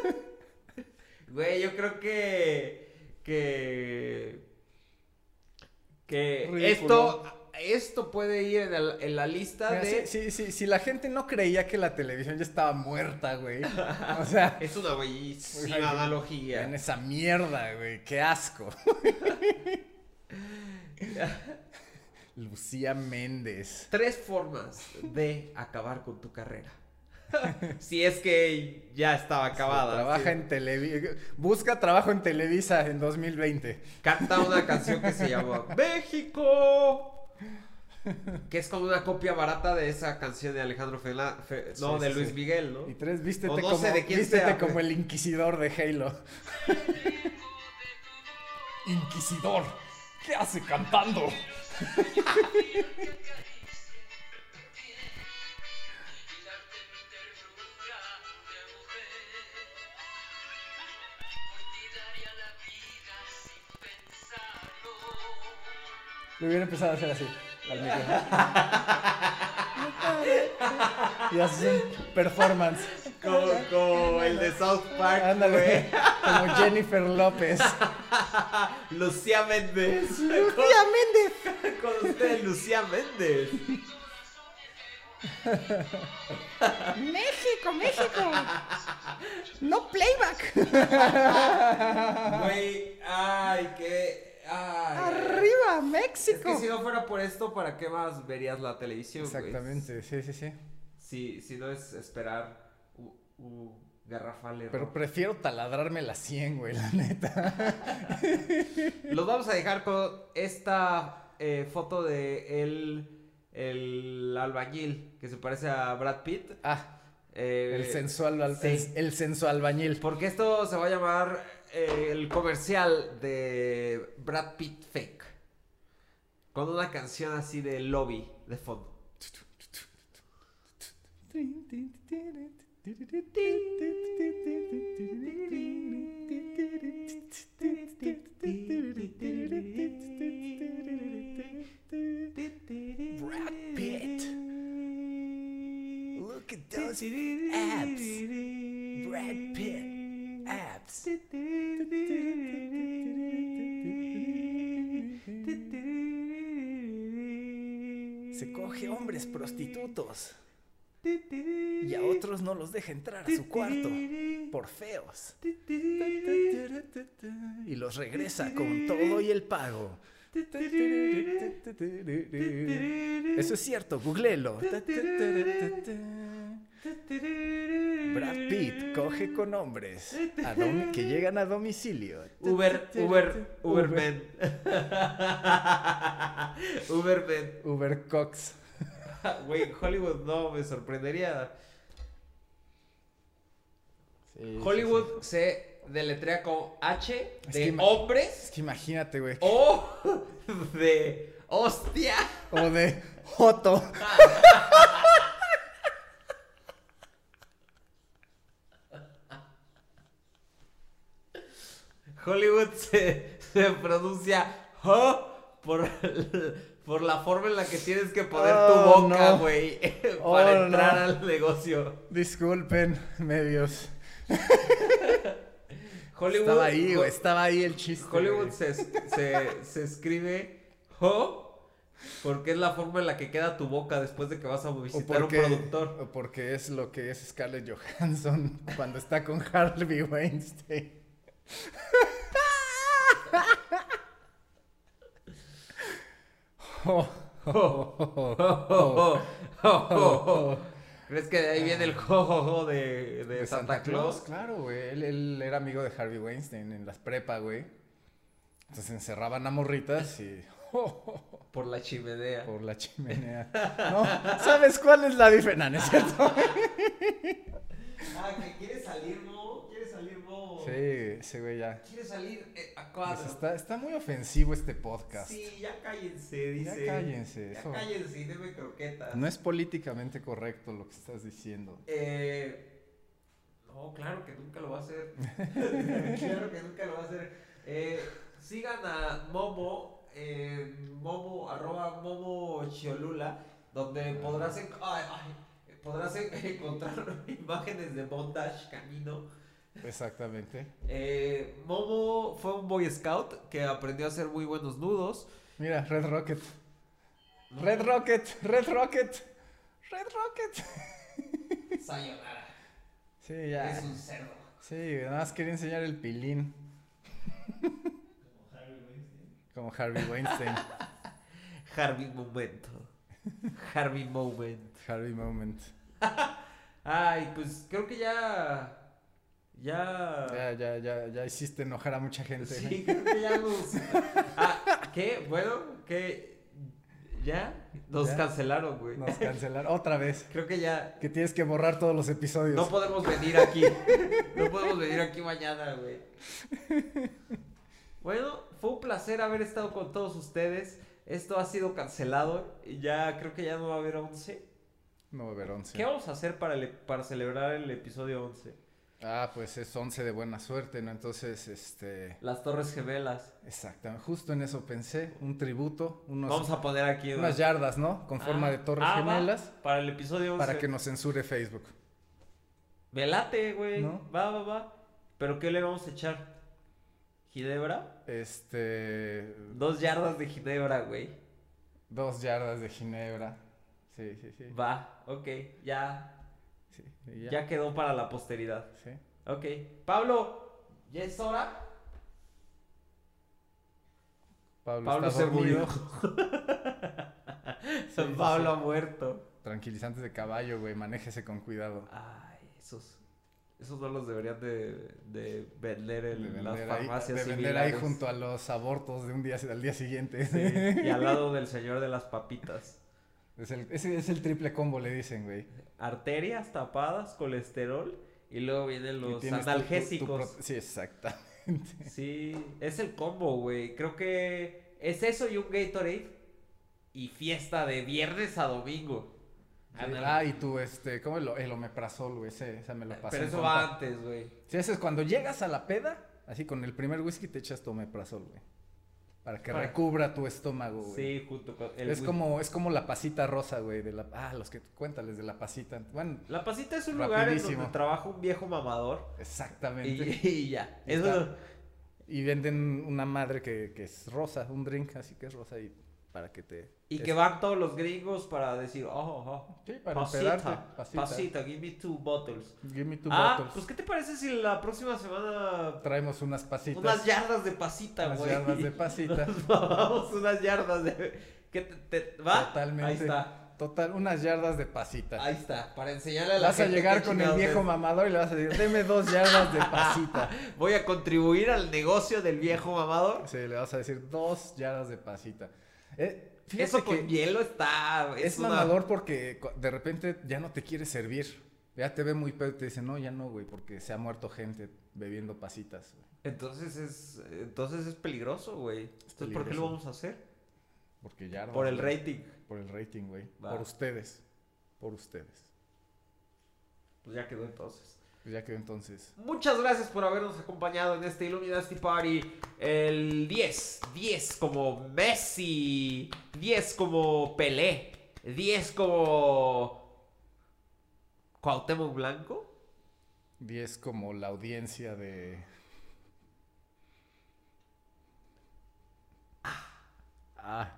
S1: Güey, yo creo que. que. que
S2: Ridículo.
S1: esto. Esto puede ir en, el- en la lista
S2: Mira,
S1: de.
S2: Si, si- si- si la gente no creía que la televisión ya estaba muerta, güey. O sea,
S1: Es una
S2: Ay,
S1: bellísima
S2: güey.
S1: analogía.
S2: en esa mierda, güey. Qué asco. Lucía Méndez.
S1: Tres formas de acabar con tu carrera. si es que ya estaba acabada.
S2: Trabaja
S1: sí.
S2: en Televisa. Busca trabajo en Televisa en 2020.
S1: canta una canción que se llama México. Que es como una copia barata de esa canción de Alejandro Fela, Fe- no,
S2: Sí,
S1: de
S2: sí,
S1: Luis
S2: sí.
S1: Miguel, ¿no?
S2: Y tres, vístete,
S1: O no
S2: como,
S1: sé de quién
S2: vístete
S1: sea,
S2: como
S1: güey.
S2: el inquisidor de Halo. inquisidor, ¿qué hace cantando? Le hubiera empezado a hacer así. Al micrófono. y haces un performance.
S1: Como, como el de South Park,
S2: Ándale. Como Jennifer López.
S1: güey. Lucía Méndez.
S2: Lucía Méndez.
S1: Con, con usted, Lucía Méndez.
S2: México, México. No playback.
S1: Güey, ay, qué. Ay.
S2: Arriba,
S1: Es
S2: México.
S1: que si no fuera por esto, ¿para qué más verías la televisión, güey?
S2: Exactamente, sí, sí, sí.
S1: Si, si no es esperar un, un garrafal error.
S2: Pero prefiero taladrarme la 100, güey, la neta.
S1: Los vamos a dejar con esta eh, foto de el, el albañil que se parece a Brad Pitt.
S2: Ah,
S1: Eh,
S2: el sensual, al-
S1: sí.
S2: el, el sensual bañil.
S1: Porque esto se va a llamar eh, el comercial de Brad Pitt Fake. Con una canción así de lobby de fondo.
S2: Brad Pitt. Look at those abs. Brad Pitt abs. Se coge hombres prostitutos y a otros no los deja entrar a su cuarto por feos. Y los regresa con todo y el pago. Eso es cierto, googleelo. Brad Pitt coge con hombres a dom- que llegan a domicilio.
S1: Uber, Uber, Uberman. Uberman.
S2: Uber Cox.
S1: Ah, Güey, en Hollywood no me sorprendería. Hollywood se deletrea con H
S2: Es
S1: de
S2: que ima-
S1: hombres
S2: Es que imagínate, güey.
S1: o de hostia.
S2: O de Joto.
S1: Hollywood se, se pronuncia ho por, por la forma en la que tienes que poner
S2: Oh,
S1: tu boca,
S2: no.
S1: güey,
S2: Oh,
S1: para entrar
S2: no.
S1: al negocio.
S2: Disculpen, medios.
S1: Hollywood.
S2: Estaba ahí, güey, estaba ahí el chiste.
S1: Hollywood
S2: güey.
S1: se, es- se- se escribe Ho porque es la forma en la que queda tu boca después de que vas a
S2: O
S1: visitar a un
S2: porque,
S1: productor.
S2: o porque es lo que es Scarlett Johansson cuando está con Harvey Weinstein. Oh, oh, oh, oh, oh, oh.
S1: ¿Crees que de ahí viene el ho, ho, ho de, Ah. de
S2: De
S1: Santa, Claus?
S2: Claro, güey. Él, él era amigo de Harvey Weinstein en las prepa, güey. Entonces encerraban a morritas y.
S1: Por la chimenea.
S2: por la chimenea. No, ¿sabes cuál es la diferencia? No, no es cierto.
S1: Ah, que quiere salir, ¿no? Quiere salir, ¿no?
S2: Sí, ese güey ya.
S1: Quiere salir eh, a
S2: Pues
S1: cuadro.
S2: está, está muy ofensivo este podcast.
S1: Sí, ya cállense,
S2: ya
S1: dice.
S2: cállense.
S1: Ya
S2: eso
S1: cállense y denme croquetas.
S2: No es políticamente correcto lo que estás diciendo.
S1: Eh, no, claro que nunca lo va a hacer. claro que nunca lo va a hacer. Eh, sigan a Momo, eh, Momo, arroba Momo Chiolula, donde podrás, en- ay, ay, podrás en- encontrar imágenes de montage camino.
S2: Exactamente.
S1: Eh, Momo fue un boy scout que aprendió a hacer muy buenos nudos.
S2: Mira, Red Rocket. Red Rocket, Red Rocket, Red Rocket.
S1: Sayonara,
S2: Sí, ya.
S1: es un cerdo.
S2: Sí, nada más quería enseñar el pilín. Como Harvey Weinstein.
S1: Harvey Momento. Harvey Moment.
S2: Harvey Moment.
S1: Ay, pues creo que ya. Ya.
S2: Ya, ya, ya, ya hiciste enojar a mucha gente.
S1: sí, creo que ya nos. Ah, ¿Qué? Bueno, que. Ya. Nos
S2: Ya.
S1: cancelaron, güey.
S2: Nos cancelaron otra vez.
S1: Creo que ya.
S2: Que tienes que borrar todos los episodios.
S1: No podemos venir aquí. No podemos venir aquí mañana, güey. Bueno, fue un placer haber estado con todos ustedes. Esto ha sido cancelado. y Ya creo que ya no va a haber 11.
S2: No va a haber 11.
S1: ¿Qué vamos a hacer para, el- para celebrar el episodio 11?
S2: Ah, pues es 11 de buena suerte, ¿no? Entonces, este.
S1: Las Torres Gemelas.
S2: Exactamente. Justo en eso pensé. Un tributo, unos,
S1: Vamos a poner aquí una-
S2: unas yardas, ¿no? Con forma
S1: Ah,
S2: de torres
S1: ah, va.
S2: gemelas.
S1: Para el episodio 11.
S2: Para que nos censure Facebook.
S1: Me late, güey.
S2: ¿No?
S1: Va, va, va. ¿Pero qué le vamos a echar? ¿Ginebra?
S2: Este.
S1: Dos yardas de ginebra, güey.
S2: Dos yardas de Ginebra. Sí, sí, sí.
S1: Va, ok. Ya,
S2: Sí, y
S1: ya.
S2: ya.
S1: quedó para la posteridad.
S2: Sí.
S1: Ok. Pablo, ¿ya es hora?
S2: Pablo,
S1: Pablo
S2: está
S1: se murió.
S2: dormido.
S1: San Pablo ha muerto.
S2: Tranquilizantes de caballo, güey. Manéjese con cuidado.
S1: Ay, esos. Esos no los deberían de, de vender
S2: De
S1: en las
S2: vender, ahí,
S1: farmacias
S2: de vender ahí
S1: similares.
S2: junto a los abortos de un día al día siguiente.
S1: Sí, y al lado del señor de las papitas.
S2: Es el, ese es el triple combo, le dicen, güey.
S1: arterias tapadas, colesterol y luego vienen
S2: Y
S1: los
S2: tienes tu- tu- tu
S1: analgésicos.
S2: pro- sí, exacta.
S1: Sí, es el combo, güey. Creo que es eso y un Gatorade y fiesta de viernes a domingo. Anal-
S2: Ah, y tú, este, ¿cómo el, el omeprazol, güey? Ese, esa me lo pasó.
S1: Pero
S2: un
S1: eso
S2: compa.
S1: va antes, güey.
S2: Sí, ese es cuando llegas a la peda, así con el primer whisky te echas tu omeprazol, güey. Para que
S1: Para-
S2: recubra tu estómago, güey.
S1: Sí, junto con el
S2: Es
S1: whi-
S2: como, es como la pasita rosa, güey, de la... Ah, los que... Cuéntales de la pasita. Bueno,
S1: La pasita es un lugar en donde
S2: Rapidísimo.
S1: trabaja un viejo mamador y,
S2: exactamente.
S1: y ya.
S2: Y
S1: Eso
S2: está. Y venden una madre que, que es rosa, un drink así que es rosa y para que te...
S1: y que van todos los gringos para decir, oh, oh,
S2: Sí,
S1: oh,
S2: para
S1: pasita,
S2: empedarte,
S1: pasita, give me two bottles.
S2: Give me two
S1: ah,
S2: bottles.
S1: pues ¿qué te parece si la próxima semana
S2: Traemos unas pasitas.
S1: Unas yardas de pasita,
S2: unas
S1: güey.
S2: yardas de pasita.
S1: Nos mamamos unas yardas de. ¿Qué te, te- va?
S2: Totalmente.
S1: Ahí está.
S2: Total, unas yardas de pasita.
S1: Ahí está. Para enseñarle a la
S2: vas a
S1: gente
S2: llegar
S1: qué
S2: con el
S1: chingados
S2: viejo
S1: es.
S2: mamador y le vas a decir, deme dos yardas de pasita.
S1: Voy a contribuir al negocio del viejo mamador.
S2: Sí, le vas a decir dos yardas de pasita. Eh, fíjate
S1: Eso con
S2: que
S1: hielo está.
S2: es,
S1: Es, una-
S2: mamador porque cu- de repente ya no te quiere servir. Ya te ve muy pedo y te dice, no, ya no, güey, porque se ha muerto gente bebiendo pasitas. güey".
S1: Entonces es. Entonces es peligroso, güey. Entonces, ¿por qué
S2: peligroso.
S1: lo vamos a hacer?
S2: Porque yardas.
S1: Por el
S2: güey.
S1: rating.
S2: Por el rating, güey.
S1: Va.
S2: Por ustedes. Por ustedes.
S1: Pues ya quedó entonces.
S2: Pues ya quedó entonces.
S1: Muchas gracias por habernos acompañado en este Illuminati Party. El 10, 10 como Messi, 10 como Pelé, 10 como Cuauhtémoc Blanco.
S2: 10 como la audiencia de Ah,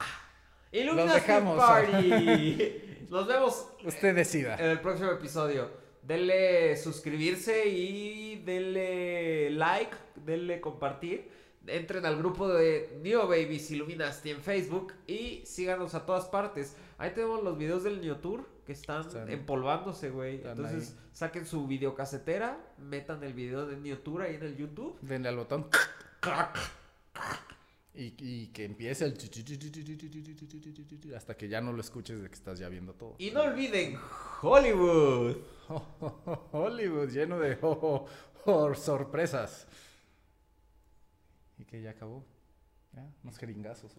S1: Illuminati
S2: dejamos.
S1: Party. Nos vemos
S2: usted decida.
S1: en el próximo episodio. Denle suscribirse y denle like, denle compartir. Entren al grupo de Neo Babies Illuminati en Facebook y síganos a todas partes. Ahí tenemos los videos del Neo Tour que están,
S2: Están-
S1: empolvándose, güey.
S2: están
S1: Entonces saquen su videocasetera, metan el video de Neo Tour ahí en el YouTube.
S2: Denle al botón. Y, y que empiece el... chu- chu- chu- chu- chu- chu- chu- chu- chu- chu- chu- chu- chu- Hasta que ya no lo escuches de que estás ya viendo todo.
S1: Y no olviden Hollywood.
S2: Hollywood lleno de jo- jo- jo- sorpresas. Y que ya acabó. Ya, unos jeringazos.